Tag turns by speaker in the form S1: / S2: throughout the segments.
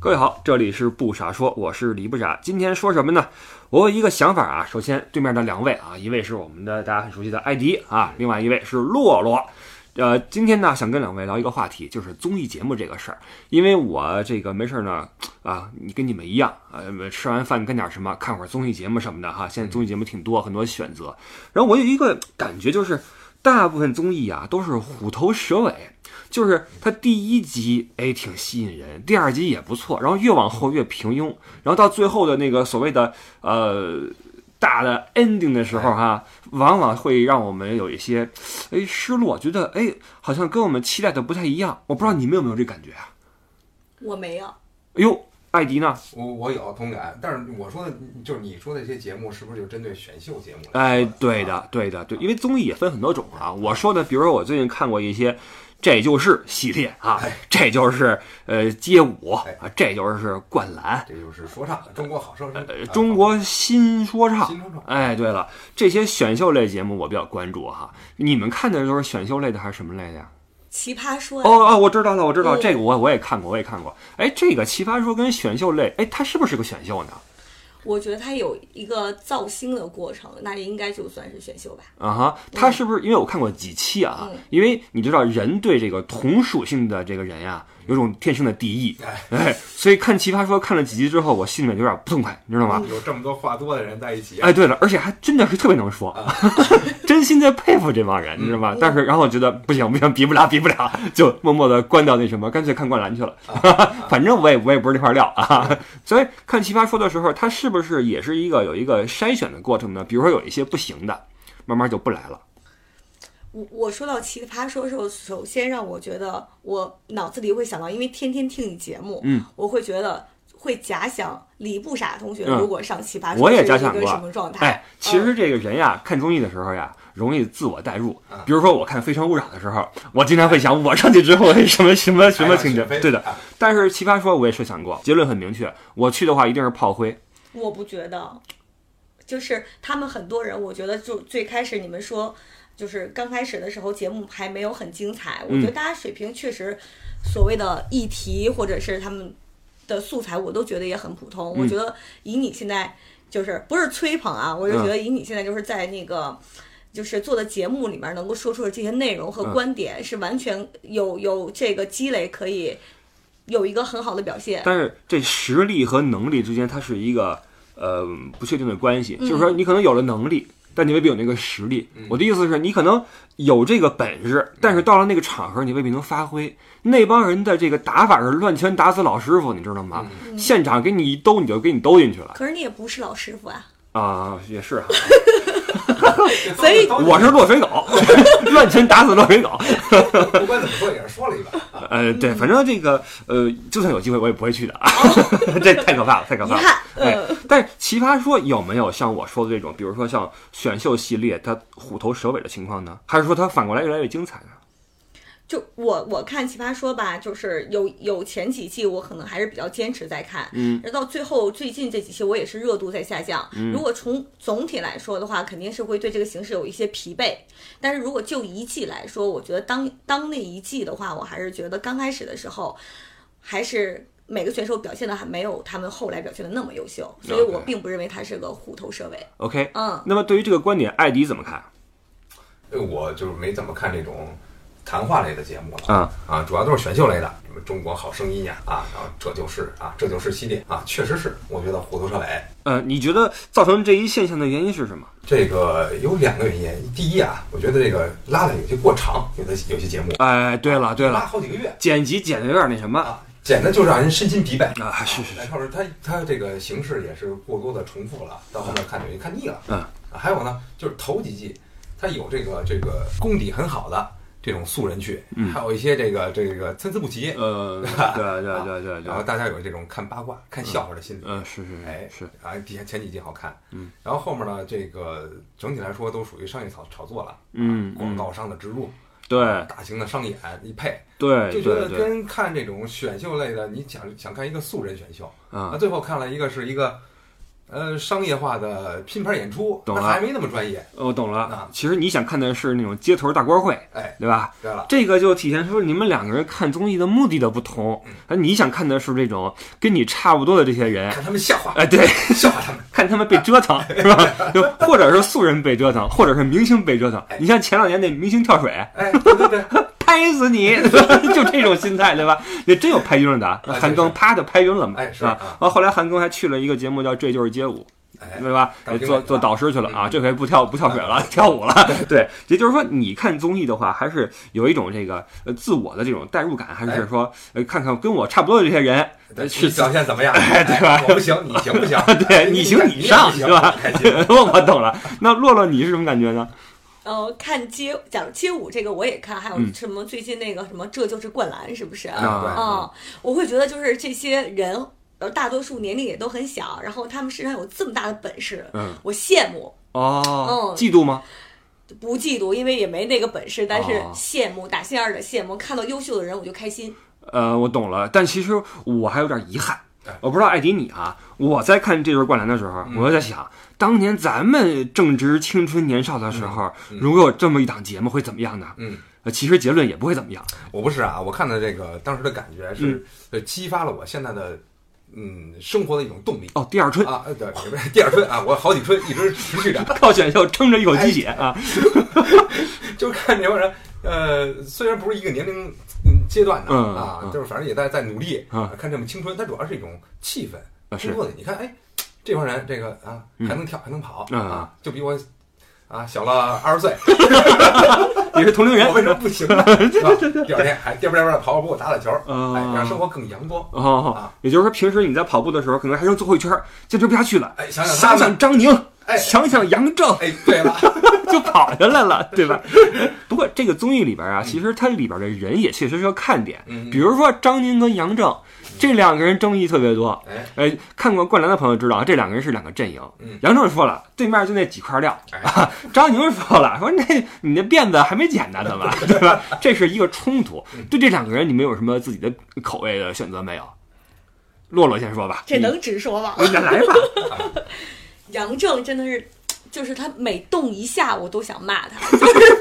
S1: 各位好，这里是不傻说，我是李不傻。今天说什么呢？我有一个想法啊。首先，对面的两位啊，一位是我们的大家很熟悉的艾迪啊，另外一位是洛洛。呃，今天呢，想跟两位聊一个话题，就是综艺节目这个事儿。因为我这个没事儿呢，啊，你跟你们一样，呃，吃完饭干点什么，看会儿综艺节目什么的哈。现在综艺节目挺多，很多选择。然后我有一个感觉，就是大部分综艺啊都是虎头蛇尾，就是它第一集哎挺吸引人，第二集也不错，然后越往后越平庸，然后到最后的那个所谓的呃大的 ending 的时候哈、往往会让我们有一些哎失落，觉得哎好像跟我们期待的不太一样。我不知道你们有没有这感觉啊？
S2: 我没有，
S1: 哎呦，艾迪呢？
S3: 我我有同感，但是我说的就是你说的这些节目，是不是就针对选秀节目来说的？
S1: 哎，对的，对的，对，因为综艺也分很多种啊。我说的，比如说我最近看过一些《这就是》系列啊，这就是呃街舞啊
S3: 哎，
S1: 这就是灌篮，
S3: 这就是说唱，中国好声音，
S1: 呃
S3: 啊
S1: 中国新说唱。
S3: 新说唱。
S1: 哎，对了，这些选秀类节目我比较关注哈。你们看的都是选秀类的还是什么类的呀？
S2: 奇葩说呀
S1: 哦哦，我知道了，我知道
S2: 嗯
S1: 这个我我也看过，我也看过。哎，这个奇葩说跟选秀类，哎，它是不是个选秀呢？
S2: 我觉得它有一个造星的过程，那应该就算是选秀吧。
S1: 啊哈，他是不是因为我看过几期啊？
S2: 嗯
S1: 因为你知道人对这个同属性的这个人呀、
S2: 嗯
S1: 有种天生的敌意，哎，所以看《奇葩说》看了几集之后，我心里面有点不痛快，你知道吗？
S3: 有这么多话多的人在一起，啊
S1: 哎，对了，而且还真的是特别能说， 真心在佩服这帮人，你知道吗？但是然后我觉得不行不行，比不了比不了，就默默的关掉那什么，干脆看灌篮去了。 反正我也我也不是这块料啊。所以看《奇葩说》的时候，它是不是也是一个有一个筛选的过程呢？比如说有一些不行的，慢慢就不来了。
S2: 我我说到奇葩说的时候，首先让我觉得我脑子里会想到，因为天天听你节目，
S1: 嗯，
S2: 我会觉得会假想李不傻同学
S1: 嗯
S2: 如果上奇葩说，
S1: 我也假想
S2: 是一个
S1: 过
S2: 什么状态？
S1: 哎， 其实这个人呀，看综艺的时候呀，容易自我代入
S3: 嗯。
S1: 比如说，我看《非诚勿扰》的时候，我经常会想，我上去之后会哎什么什么什么情节？对的。
S3: 啊
S1: 但是《奇葩说》我也设想过，结论很明确，我去的话一定是炮灰。
S2: 我不觉得，就是他们很多人，我觉得就最开始你们说，就是刚开始的时候节目还没有很精彩，我觉得大家水平确实，所谓的议题或者是他们的素材，我都觉得也很普通。我觉得以你现在就是不是吹捧啊，我就觉得以你现在就是在那个。就是做的节目里面能够说出的这些内容和
S1: 嗯
S2: 观点，是完全有有这个积累，可以有一个很好的表现。
S1: 但是这实力和能力之间，它是一个呃不确定的关系。
S2: 嗯
S1: 就是说，你可能有了能力。但你未必有那个实力
S3: 嗯。
S1: 我的意思是你可能有这个本事，但是到了那个场合，你未必能发挥。那帮人的这个打法是乱拳打死老师傅，你知道吗？
S3: 嗯
S1: 现场给你一兜，你就给你兜进去了
S2: 可是你也不是老师傅啊，
S1: 啊！也 是哈，
S2: 所以
S1: 哎我是落水狗， 乱拳打死落水狗。
S3: 不管怎么说也是说了一把，啊
S1: 呃，对，反正这个呃，就算有机会，我也不会去的啊， 这太可怕了，太可
S2: 哦遗
S1: 怕了。
S2: 憾，
S1: 哎
S2: 嗯，
S1: 但是奇葩说有没有像我说的这种，比如说像选秀系列，它虎头蛇尾的情况呢？还是说它反过来越来越精彩呢？
S2: 就我我看《奇葩说》吧，就是有有前几季我可能还是比较坚持在看，
S1: 嗯，
S2: 而到最后最近这几期我也是热度在下降。如果从总体来说的话，肯定是会对这个形式有一些疲惫。但是如果就一季来说，我觉得当当那一季的话，我还是觉得刚开始的时候，还是每个选手表现的还没有他们后来表现的那么优秀，所以我
S1: OK
S2: 并不认为它是个虎头蛇尾。
S1: ？OK，
S2: 嗯，
S1: 那么对于这个观点，艾迪怎么看？
S3: 我就是没怎么看这种谈话类的节目了
S1: 啊
S3: 啊，主要都是选秀类的，什么中国好声音呀啊，然后这就是啊，这就是系列啊，确实是，我觉得虎头蛇尾。
S1: 呃，你觉得造成这一现象的原因是什么？
S3: 这个有两个原因，第一啊，我觉得这个拉的有些过长，有的有些节目
S1: 哎，对了对
S3: 拉
S1: 了，
S3: 好几个月
S1: 剪辑剪的有点那什么
S3: 啊，简直就让人身心疲惫。
S1: 啊，是是
S3: 来
S1: 是，
S3: 靠着它它这个形式也是过多的重复了，到后面看就看腻了。
S1: 嗯
S3: 啊，还有呢，就是头几季，它有这个这个功底很好的这种素人去，还有一些这个这个参差不齐，
S1: 呃，对对对对
S3: 然后
S1: 对，
S3: 大家有这种看八卦、看笑话的心理。
S1: 嗯，是是
S3: 哎，
S1: 是是。
S3: 啊，比前前几季好看，
S1: 嗯，
S3: 然后后面呢，这个整体来说都属于商业炒炒作了，
S1: 嗯嗯
S3: 广告商的植入，
S1: 对
S3: 大型的商演一配，
S1: 对
S3: 就
S1: 对
S3: 觉得
S1: 对，
S3: 跟看这种选秀类的，你想想看一个素人选秀，
S1: 啊
S3: 那最后看了一个是一个呃，商业化的拼盘演出，
S1: 懂
S3: 那
S1: 了
S3: 还没那么专业。
S1: 呃我懂了
S3: 啊，
S1: 其实你想看的是那种街头大官会，
S3: 哎，
S1: 对吧？
S3: 对了，
S1: 这个就体现出你们两个人看综艺的目的的不同。而你想看的是这种跟你差不多的这些人，
S3: 看他们笑话，
S1: 哎，对，
S3: 笑话他们。
S1: 看他们被折腾， 是吧？就或者是素人被折腾，或者是明星被折腾。你像前两年那明星跳水，
S3: 哎，对 对对，
S1: 拍死你， 就这种心态，对吧？也真有拍晕的，
S3: 对
S1: 韩庚啪就拍晕了嘛，
S3: 啊哎是
S1: 吧
S3: 啊？
S1: 然后后来韩庚还去了一个节目叫《这就是街舞》。
S3: 哎，
S1: 对吧？
S3: 当评委
S1: 做
S3: 了
S1: 做导师去了啊，这回不跳不跳水 了，跳舞了。对，也就是说，你看综艺的话，还是有一种这个呃自我的这种代入感，还是说呃看看跟我差不多的这些人， 呃
S3: 对
S1: 去
S3: 你表现怎么 样？
S1: 哎对吧？
S3: 我不行，你行不行 哎
S1: 对哎你行你上
S3: 你也不行
S1: 是吧？
S3: 太近了
S1: 我懂了。那洛洛你是什么感觉呢？
S2: 呃，看街，假如街舞这个我也看，还有
S1: 嗯
S2: 什么最近那个什么这就是灌篮，是不是？
S3: 啊对
S2: 嗯，我会觉得就是这些人，呃，大多数年龄也都很小，然后他们身上有这么大的本事，
S1: 嗯，
S2: 我羡慕，
S1: 哦
S2: 嗯，
S1: 嫉妒吗？
S2: 不嫉妒，因为也没那个本事，但是
S1: 哦
S2: 羡慕，打心眼儿的羡慕，看到优秀的人我就开心。
S1: 呃，我懂了，但其实我还有点遗憾
S3: 哎。
S1: 我不知道艾迪你啊，我在看《这就是灌篮》的时候，
S3: 嗯
S1: 我就在想，当年咱们正值青春年少的时候，
S3: 嗯嗯
S1: 如果有这么一档节目会怎么样呢？
S3: 嗯，
S1: 呃，其实结论也不会怎么样。
S3: 我不是啊，我看到这个当时的感觉是，
S1: 嗯
S3: 呃，激发了我现在的嗯生活的一种动力
S1: 哦，第二春
S3: 啊。呃对，也不是第二春啊，我好几春一直持续着，
S1: 靠选秀撑着一口
S3: 哎
S1: 鸡血啊！
S3: 就是看这帮人，呃，虽然不是一个年龄嗯阶段的
S1: 嗯
S3: 啊
S1: 嗯，
S3: 就是反正也在在努力
S1: 嗯
S3: 啊，看这么青春，它主要是一种气氛。
S1: 啊
S3: 工
S1: 是
S3: 作的，你看，哎，这帮人这个啊，
S1: 嗯
S3: 还能跳还能跑
S1: 嗯
S3: 啊，就比我啊小了二 十岁，
S1: 也是同 龄人
S3: 我。为什么不行呢？是吧第二天还颠颠颠地跑跑步，打打球，哎，让生
S1: 哦
S3: 活更阳光。
S1: 哦
S3: 啊，
S1: 也就是说，平时你在跑步的时候，可能还剩最后一圈，坚持不下去了，
S3: 哎，想想他
S1: 想
S3: 们，
S1: 想张宁，
S3: 哎
S1: 想想杨正，
S3: 哎，对了，
S1: 就跑下来了，对吧？ 不过这个综艺里边啊，其实它里边的人也确实是个看点，
S3: 嗯，
S1: 比如说张宁跟杨正这两个人争议特别多。
S3: 哎，
S1: 哎，看过《灌篮》的朋友知道啊，这两个人是两个阵营
S3: 嗯。
S1: 杨正说了，对面就那几块料
S3: 哎
S1: 啊。 张宁说了，说那你那辫子还没剪呢，怎么 对吧？这是一个冲突。
S3: 嗯
S1: 对这两个人，你们有什么自己的口味的选择没有？洛洛先说吧，
S2: 这能直说吗？
S1: 你你来吧。
S2: 杨正真的是，就是他每动一下我都想骂 他，就是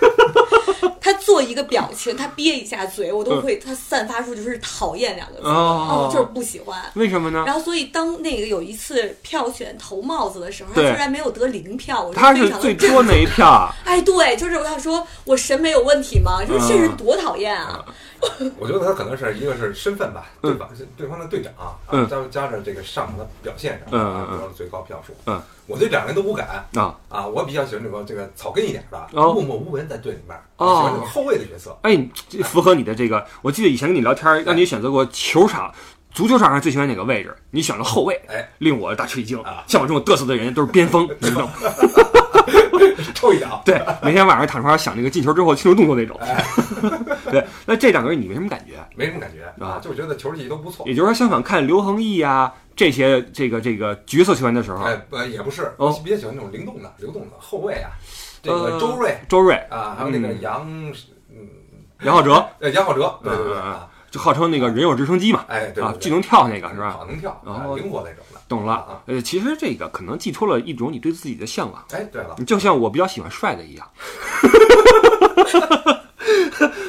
S2: 他做一个表情，他憋一下嘴，我都会，他散发出就是讨厌两个字，
S1: 嗯哦
S2: 嗯，就是不喜欢。
S1: 为什么呢？
S2: 然后，所以当那个有一次票选投帽子的时候，他
S1: 对
S2: 居然没有得零票，我
S1: 他
S2: 非
S1: 是
S2: 常
S1: 最
S2: 的
S1: 多那一票啊。
S2: 哎，对，就是我想说，我审美有问题吗？就是这
S1: 嗯
S2: 人多讨厌啊！
S3: 我觉得他可能是一个是身份吧，对吧？是对方的队长啊
S1: 嗯，
S3: 加加上这个上场的表现上，
S1: 嗯
S3: 啊
S1: 嗯嗯
S3: 得到了最高票数。
S1: 嗯，
S3: 我对两个人都无感
S1: 啊
S3: 啊，我比较喜欢这个这个草根一点的，
S1: 哦
S3: 默默无闻在队里面，
S1: 哦
S3: 喜欢这个后卫的角色。
S1: 哎，你这符合你的这个。我记得以前跟你聊天，让你选择过球场、足球场上最喜欢哪个位置，你选了后卫，
S3: 哎，
S1: 令我大吃一惊
S3: 啊。
S1: 像我这种嘚瑟的人都是边 锋，你知道吗？
S3: 臭一脚，
S1: 对，每天晚上躺床上想这个进球之后庆祝动作那种。
S3: 哎
S1: 对，那这两个人你没什么感觉？
S3: 没什么感觉
S1: 啊
S3: 啊，就觉得球技都不错。
S1: 也就是说，相反看刘恒毅啊这些这个这个角色球员的时候，
S3: 哎，呃，也不是，
S1: 嗯哦
S3: 我比较喜欢那种灵动的、流动的后卫啊，这
S1: 呃
S3: 个周睿
S1: 周睿、
S3: 啊，还有那个
S1: 嗯
S3: 杨，嗯，
S1: 杨浩哲
S3: 呃，杨浩哲，对对对
S1: 嗯嗯
S3: 啊，
S1: 就号称那个人肉直升机嘛，
S3: 哎，对
S1: 啊，
S3: 对
S1: 巨
S3: 对，
S1: 能跳那个是吧？
S3: 跑能跳，啊
S1: 哦
S3: 灵活那种的。
S1: 懂了
S3: 啊。
S1: 呃，其实这个可能寄托了一种你对自己的向往。
S3: 哎，对了，
S1: 你就像我比较喜欢帅的一样。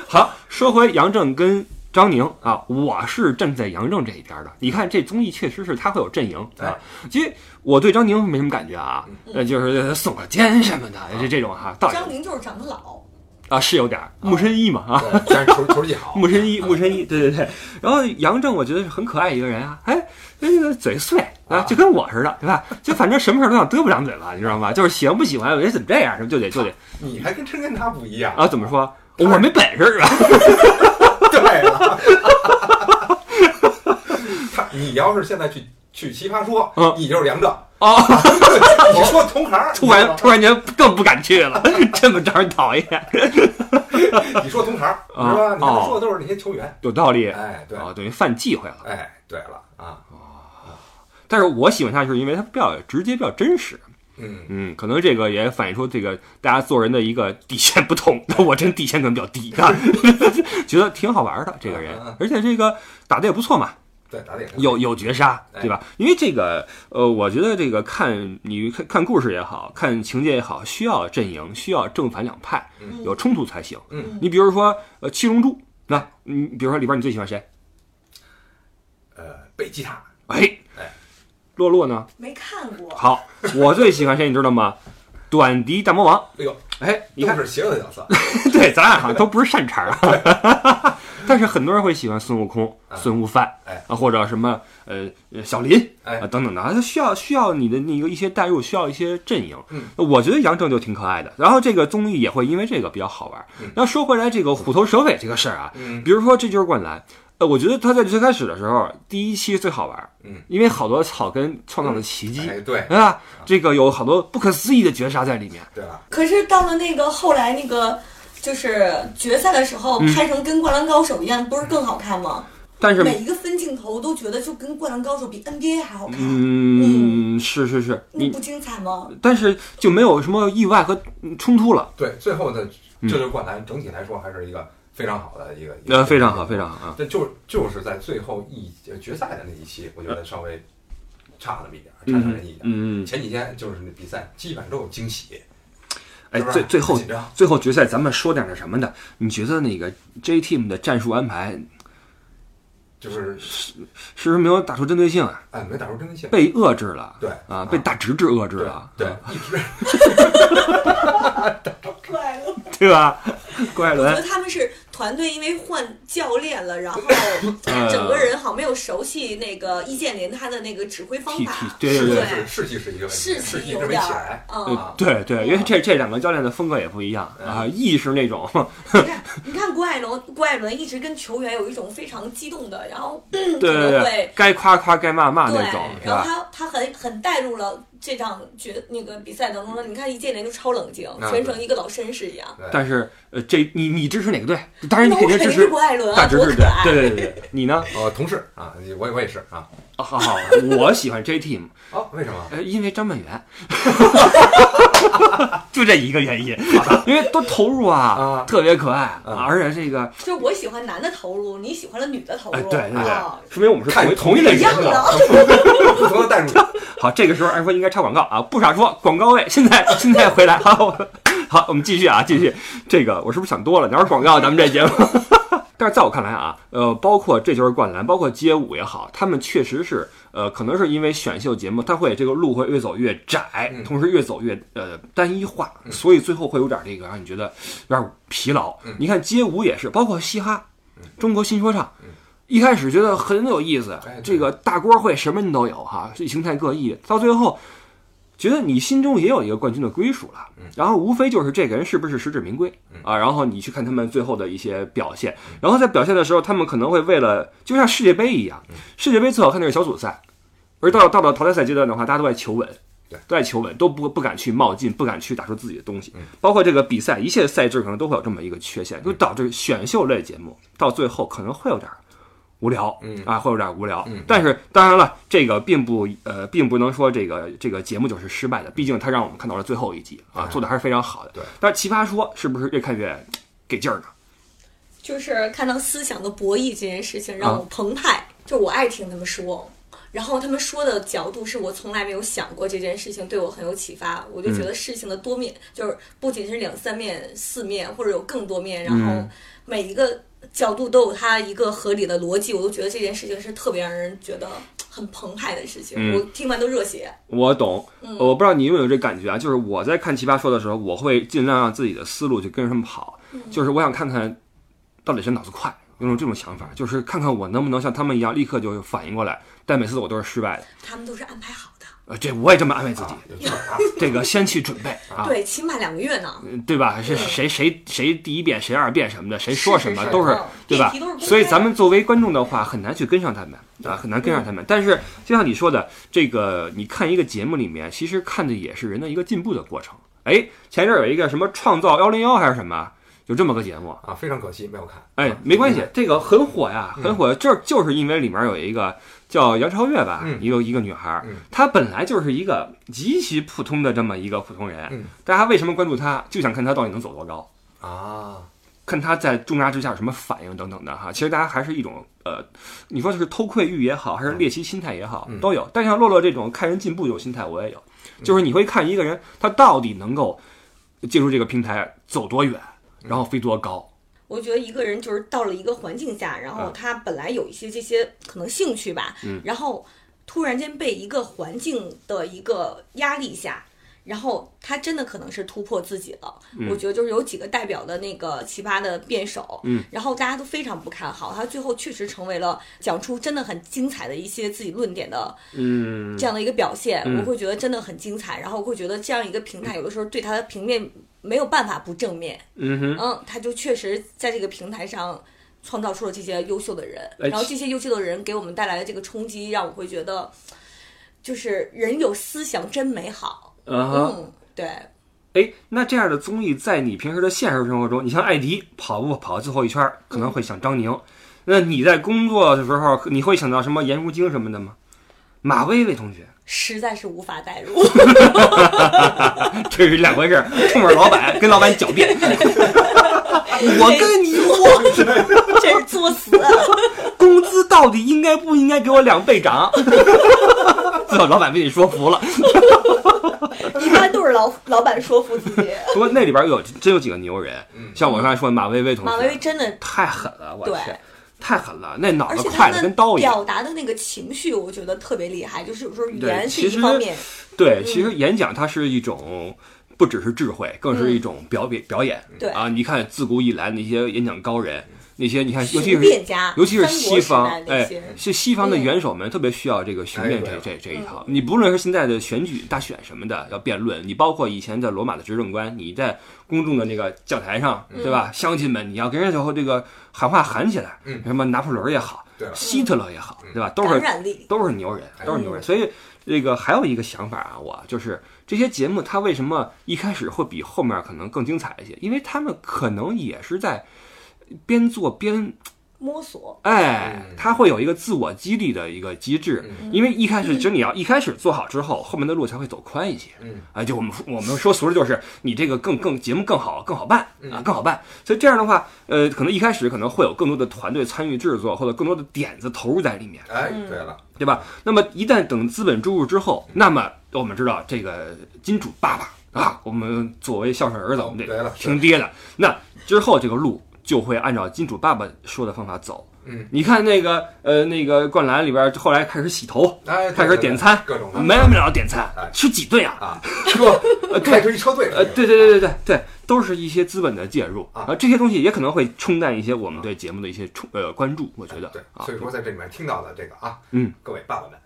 S1: 好，说回杨正跟张宁啊，我是站在杨正这一边的。你看这综艺确实是他会有阵营啊
S3: 哎。
S1: 其实我对张宁没什么感觉啊，呃，就是耸个肩什么的，
S3: 啊
S1: 就这种哈、倒也
S2: 张宁就是长得老，
S1: 啊是有点儿木深一嘛啊。
S3: 对但是球球技好，
S1: 木深一，木深一，对对对。然后杨正，我觉得是很可爱一个人啊，哎，那个嘴碎啊，
S3: 啊
S1: 就跟我似的，对吧？就反正什么事儿都想嘚不两嘴巴，你知道吗？就是喜欢不喜欢，我觉得怎么这样，什么就得就得
S3: 你还跟真跟他不一样
S1: 啊，怎么？说？我没本事啊是吧？
S3: 对了，他你要是现在去去奇葩说
S1: 嗯，
S3: 你就是杨正，
S1: 哦，
S3: 你说同行儿，
S1: 突 然突然间更不敢去了，这么招人讨厌，
S3: 你说同行儿，是吧？你
S1: 哦
S3: 们说的都是那些球员，
S1: 有道理啊、
S3: 哎，对，
S1: 哦等于犯忌讳了。
S3: 哎，对了啊，
S1: 但是我喜欢他，是因为他比较直接，比较真实。
S3: 嗯。
S1: 嗯，可能这个也反映出这个大家做人的一个底线不同。 那我真底 线可能比较低啊，觉得挺好玩的这个人
S3: 嗯嗯嗯，
S1: 而且这个打的也不错嘛。
S3: 对，哎打点
S1: 有有绝杀，对吧？因为这个，呃，我觉得这个看你看看故事也好看情节也好，需要阵营，需要正反两派
S3: 嗯
S1: 有冲突才行。
S3: 嗯
S1: 你比如说，呃，七龙珠，那你比如说里边你最喜欢谁？
S3: 呃贝吉塔，
S1: 哎
S3: 哎，
S1: 洛洛呢？
S2: 没看过，
S1: 好，我最喜欢谁？你知道吗？ 短笛大魔王。
S3: 哎呦，
S1: 哎，你
S3: 都
S1: 看，
S3: 是邪恶的角色，
S1: 对，咱俩好像都不是善茬儿啊。 但是很多人会喜欢孙悟空、
S3: 啊
S1: 孙悟饭，
S3: 哎
S1: 啊，或者什么呃呃小林
S3: 哎
S1: 啊等等的，啊它需要需要你的那个一些代入，需要一些阵营。
S3: 嗯，
S1: 我觉得杨正就挺可爱的，然后这个综艺也会因为这个比较好玩
S3: 嗯。
S1: 那说回来，这个虎头蛇尾这个事儿啊，
S3: 嗯
S1: 比如说这就是灌篮。呃，我觉得他在最开始的时候，第一期最好玩，
S3: 嗯，
S1: 因为好多草根创造的奇迹，
S3: 哎对
S1: 啊，这个有好多不可思议的绝杀在里面。
S3: 对吧？
S2: 可是到了那个后来那个就是决赛的时候，拍成跟《灌篮高手》一样，不是更好看
S1: 嗯
S2: 吗？
S1: 但是
S2: 每一个分镜头都觉得就跟《灌篮高手》比 NBA 还好看，
S1: 嗯，是是是，
S2: 那
S1: 你
S2: 不精彩吗？
S1: 但是就没有什么意外和嗯冲突了。
S3: 对，最后的这就是灌篮，整体来说还是一个非常好的一个，一
S1: 嗯呃，
S3: 个
S1: 非常好，非常好啊。
S3: 但就就是在最后一呃决赛的那一期，我觉得稍微差那么一点，差强人意一点。
S1: 嗯，
S3: 前几天就是那比赛，基本上都有惊喜。
S1: 哎
S3: 是，吧
S1: 最最后
S3: 紧张，
S1: 最后决赛，咱们说点那什么的？你觉得那个 J Team 的战术安排
S3: 就是
S1: 是不是没有打出针对性啊？
S3: 哎，没打出针对性。
S1: 被遏制了，
S3: 对
S1: 啊，被大直至遏制了，
S3: 对，一直
S2: 快乐。
S1: 对 吧？怪
S2: 我觉得
S1: 伦，
S2: 他们是团队，因为换教练了，然后
S1: 呃
S2: 整个人好像没有熟悉那个易建联他的那个指挥方
S1: 替
S2: 法
S1: 替，，对对
S3: 士
S1: 对
S2: 对
S3: 气是士气是一个问题，
S2: 士
S3: 士
S2: 气
S3: 气一直
S2: 有
S3: 没
S2: 点
S3: 起
S2: 儿
S3: 来。，
S2: 嗯。
S1: 呃对对，因为这这两个教练的风格也不一样啊，意识那种，
S2: 你看，你看郭艾伦，郭艾伦一直跟球员有一种非常激动的，然后
S1: 对对
S2: 可能
S1: 对
S2: 会，
S1: 该夸夸该骂骂那种，
S2: 对，
S1: 是
S2: 然后
S1: 吧？
S2: 他他很很带入了这场决那个比赛当中了。你看易建联就超冷静，
S3: 啊
S2: 全程一个老绅士一样。
S1: 但是呃，这你你支持哪个队？当然你
S2: 那
S1: 肯
S2: 我
S1: 定
S2: 肯
S1: 支
S2: 定
S1: 持
S2: 是郭啊艾伦
S1: 大
S2: 啊，
S1: 直
S2: 多
S1: 至
S2: 可
S1: 对
S2: 爱！
S1: 对对对对，你 呢？
S3: 呃，同事啊，我我也是啊。
S1: 啊好好，我喜欢 J Team，
S3: 哦，为什么？
S1: 呃，因为张本源， 就这一个原因，因为多投入啊
S3: 啊，
S1: 特别可爱啊
S2: 嗯
S3: 啊，
S1: 而且这个，
S2: 就是我喜欢男的投入，你喜欢了女的投入，
S1: 哎，对对对
S2: 啊，
S1: 说明我们是
S3: 看
S1: 同一
S3: 同
S1: 一
S3: 一
S1: 类
S3: 类
S2: 一
S1: 人啊
S3: 型
S2: 样
S3: 的啊
S1: 的。
S2: 的。
S3: 不同的代入感。
S1: 好，这个时候按说应该插广告啊，不傻说广告位，现在现在回来，好，我好，我们继续啊，继续。这个我是不是想多了？哪有广告？咱们这节目。 但是在我看来啊，呃，包括这就是灌篮，包括街舞也好，他们确实是，呃，可能是因为选秀节目，它会这个路会越走越窄，
S3: 嗯
S1: 同时越走越呃单一化，
S3: 嗯
S1: 所以最后会有点这个让你觉得有点疲劳。
S3: 嗯
S1: 你看街舞也是，包括嘻哈
S3: 嗯，
S1: 中国新说唱
S3: 嗯，
S1: 一开始觉得很有意思
S3: 哎，对
S1: 这个大锅会什么人都有哈，形态各异，到最后觉得你心中也有一个冠军的归属了
S3: 嗯，
S1: 然后无非就是这个人是不是实至名归
S3: 嗯
S1: 啊，然后你去看他们最后的一些表现，然后在表现的时候，他们可能会为了就像世界杯一样
S3: 嗯，
S1: 世界杯最好看的是小组赛，而到到了淘汰赛阶段的话，大家都在求稳
S3: 对。
S1: 都在求稳，都不不敢去冒进，不敢去打出自己的东西
S3: 嗯。
S1: 包括这个比赛，一切赛制可能都会有这么一个缺陷，就导致选秀类节目到最后可能会有点无聊，
S3: 嗯
S1: 啊，会有点无聊。
S3: 嗯
S1: 但是当然了，这个并不呃，并不能说这个这个节目就是失败的，毕竟它让我们看到了最后一集啊，
S3: 嗯
S1: 做的还是非常好的。
S3: 对，
S1: 但是奇葩说是不是越看越给劲儿呢？
S2: 就是看到思想的博弈这件事情让
S1: 啊
S2: 我澎湃，就我爱听他们说，然后他们说的角度是我从来没有想过这件事情，对我很有启发。
S1: 嗯
S2: 我就觉得事情的多面，就是不仅是两三面、四面，或者有更多面，然后
S1: 嗯
S2: 每一个角度都有它一个合理的逻辑，我都觉得这件事情是特别让人觉得很澎湃的事情，
S1: 嗯
S2: 我听完都热血。
S1: 我懂，呃
S2: 嗯
S1: 我不知道你有没有这感觉啊？就是我在看《奇葩说》的时候，我会尽量让自己的思路去跟着他们跑，
S2: 嗯
S1: 就是我想看看到底谁脑子快，有种这种想法，就是看看我能不能像他们一样立刻就反应过来。但每次我都是失败的，
S2: 他们都是安排好的，
S1: 呃，这我也这么安慰自己
S3: 啊，就是啊
S1: 这个先去准备啊，
S2: 对，起码两个月呢。
S1: 对吧？是谁谁谁第一遍，谁二遍什么的，谁说什么
S2: 是是
S1: 都是
S2: 嗯
S1: 对吧
S2: 议 题都是？公开
S1: 所以咱们作为观众的话，很难去跟上他们啊，很难跟上他们。但是就像你说的，这个你看一个节目里面，其实看的也是人的一个进步的过程。哎，前一阵儿有一个什么创造幺零幺还是什么，有这么个节目，
S3: 啊，非常可惜没有看。
S1: 哎，没关系，这个很火呀，
S3: 嗯
S1: 很火。这就是因为里面有一个叫杨超越吧，
S3: 嗯
S1: 一个一个女孩儿
S3: 嗯，
S1: 她本来就是一个极其普通的这么一个普通人
S3: 嗯，
S1: 大家为什么关注她，就想看她到底能走多高。
S3: 啊，
S1: 看他在重压之下有什么反应等等的哈。其实大家还是一种呃，你说就是偷窥欲也好，还是猎奇心态也好，
S3: 嗯
S1: 都有。但像洛洛这种看人进步有心态，我也有，就是你会看一个人他到底能够借助这个平台走多远，然后飞多高。
S2: 我觉得一个人就是到了一个环境下，然后
S1: 嗯
S2: 他本来有一些这些可能兴趣吧，然后突然间被一个环境的一个压力下，然后他真的可能是突破自己了。我觉得就是有几个代表的那个奇葩的辩手，
S1: 嗯，
S2: 然后大家都非常不看好他，最后确实成为了讲出真的很精彩的一些自己论点的
S1: 嗯
S2: 这样的一个表现，
S1: 嗯
S2: 我会觉得真的很精彩，然后会觉得这样一个平台有的时候对他的平面没有办法不正面。
S1: 嗯哼，
S2: 嗯，他就确实在这个平台上创造出了这些优秀的人，
S1: 哎
S2: 然后这些优秀的人给我们带来的这个冲击，让我会觉得，就是人有思想真美好。
S1: 嗯哼。
S2: 嗯，对，
S1: 哎，那这样的综艺在你平时的现实生活中，你像艾迪跑步跑最后一圈儿，可能会想张宁。那你在工作的时候，你会想到什么颜如晶什么的吗？马薇薇同学，
S2: 实在是无法代入。
S1: 这是两回事儿。冲着老板跟老板狡辩，我 跟你说，
S2: 这是作死。
S1: 工资到底应该不应该给我两倍涨？ 最后老板被你说服了。
S2: 一般都是老老板说服自 己。
S1: 不过那里边有真有几个牛人，
S3: 嗯
S1: 像我刚才说的马薇薇同学，
S2: 马薇薇真的
S1: 太狠了，我
S2: 对
S1: 天，太狠了，那脑
S2: 而
S1: 子
S2: 且
S1: 快
S2: 他
S1: 的跟
S2: 们
S1: 刀一样。
S2: 表达的那个情绪，我觉得特别厉害。就是有时候语
S1: 对
S2: 言是
S1: 其
S2: 一
S1: 实
S2: 方面，
S1: 对，
S2: 嗯
S1: 其实演讲它是一种。不只是智慧，更是一种表演、表演。
S2: 嗯对
S1: 啊，你看自古以来那些演讲高人，那些你看，哎尤其
S2: 雄
S1: 是
S2: 辩家，
S1: 尤其是
S2: 三国
S1: 西
S2: 时
S1: 方
S2: 代，那
S1: 哎
S2: 些，
S1: 是西方的
S2: 嗯
S1: 元首们特别需要这个雄辩
S3: 哎
S1: 这
S3: 对
S1: 这这一套。你不论是现在的选举、大选什么的，要辩论，你包括以前在罗马的执政官，你在公众的那个讲台上，对
S2: 嗯
S1: 吧？乡亲们，你要跟人家最后这个喊话喊起来，
S3: 嗯
S1: 什么拿破仑也好，
S3: 对了
S1: 希特勒也好，对吧？都是
S2: 感染力。
S1: 都是牛人，都是牛
S3: 哎
S1: 人。所以这个还有一个想法啊，我就是这些节目它为什么一开始会比后面可能更精彩一些？因为他们可能也是在边做边
S2: 摸索，
S1: 哎
S3: 嗯，
S1: 它会有一个自我激励的一个机制。因为一开始，其实你要一开始做好之后，后面的路才会走宽一些。
S3: 嗯，
S1: 啊，就我们我们说俗了，就是你这个更更节目更好更好办啊，更好办。所以这样的话，呃，可能一开始可能会有更多的团队参与制作，或者更多的点子投入在里面。
S3: 哎，
S2: 嗯
S3: 对了，
S1: 对吧？那么一旦等资本注入之后，那么我们知道这个金主爸爸啊，我们作为孝顺儿子，我们
S3: 对
S1: 得
S3: 了
S1: 听爹的。那之后这个路就会按照金主爸爸说的方法走。
S3: 嗯，
S1: 你看那个呃那个灌篮里边，后来开始洗头，
S3: 哎，
S1: 开
S3: 对
S1: 始
S3: 对
S1: 点
S3: 对
S1: 餐
S3: 各种的
S1: 没完没了点餐
S3: 哎，
S1: 吃几顿 啊？
S3: 啊，说
S1: 呃，对
S3: 开出一车队
S1: 呃，
S3: 来，
S1: 对对对对对对，都是一些资本的介入
S3: 啊
S1: 啊，这些东西也可能会冲淡一些我们对节目的一些冲呃关注，我觉得
S3: 对，
S1: 啊
S3: 所以说在这里面听到的这个啊，
S1: 嗯，
S3: 各位爸爸们，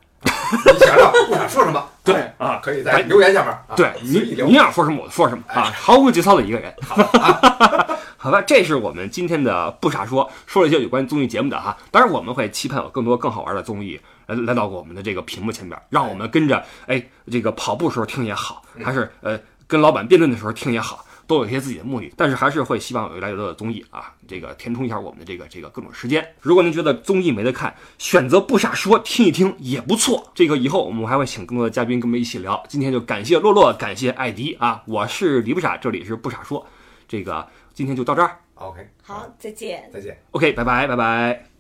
S3: 你想让不想说什么，
S1: 对
S3: 哎
S1: 啊
S3: 可以
S1: 哎
S3: 在留言下面啊，
S1: 对
S3: 随意哎
S1: 你，
S3: 留
S1: 你，想说什么我就说什么啊，毫无节操的一个人。
S3: 啊
S1: 好吧，这是我们今天的不傻说，说了一些有关综艺节目的哈。当然，我们会期盼有更多更好玩的综艺来来到我们的这个屏幕前边，让我们跟着哎这个跑步时候听也好，
S3: 嗯
S1: 还是呃跟老板辩论的时候听也好，都有一些自己的目的。但是还是会希望有越来越多的综艺啊，这个填充一下我们的这个这个各种时间。如果您觉得综艺没得看，选择不傻说听一听也不错。这个以后我们还会请更多的嘉宾跟我们一起聊。今天就感谢洛洛，感谢艾迪啊，我是李不傻，这里是不傻说，这个今天就到这儿。
S3: ，OK，
S2: 好，再见。
S3: 再见。
S1: OK，拜拜，拜拜。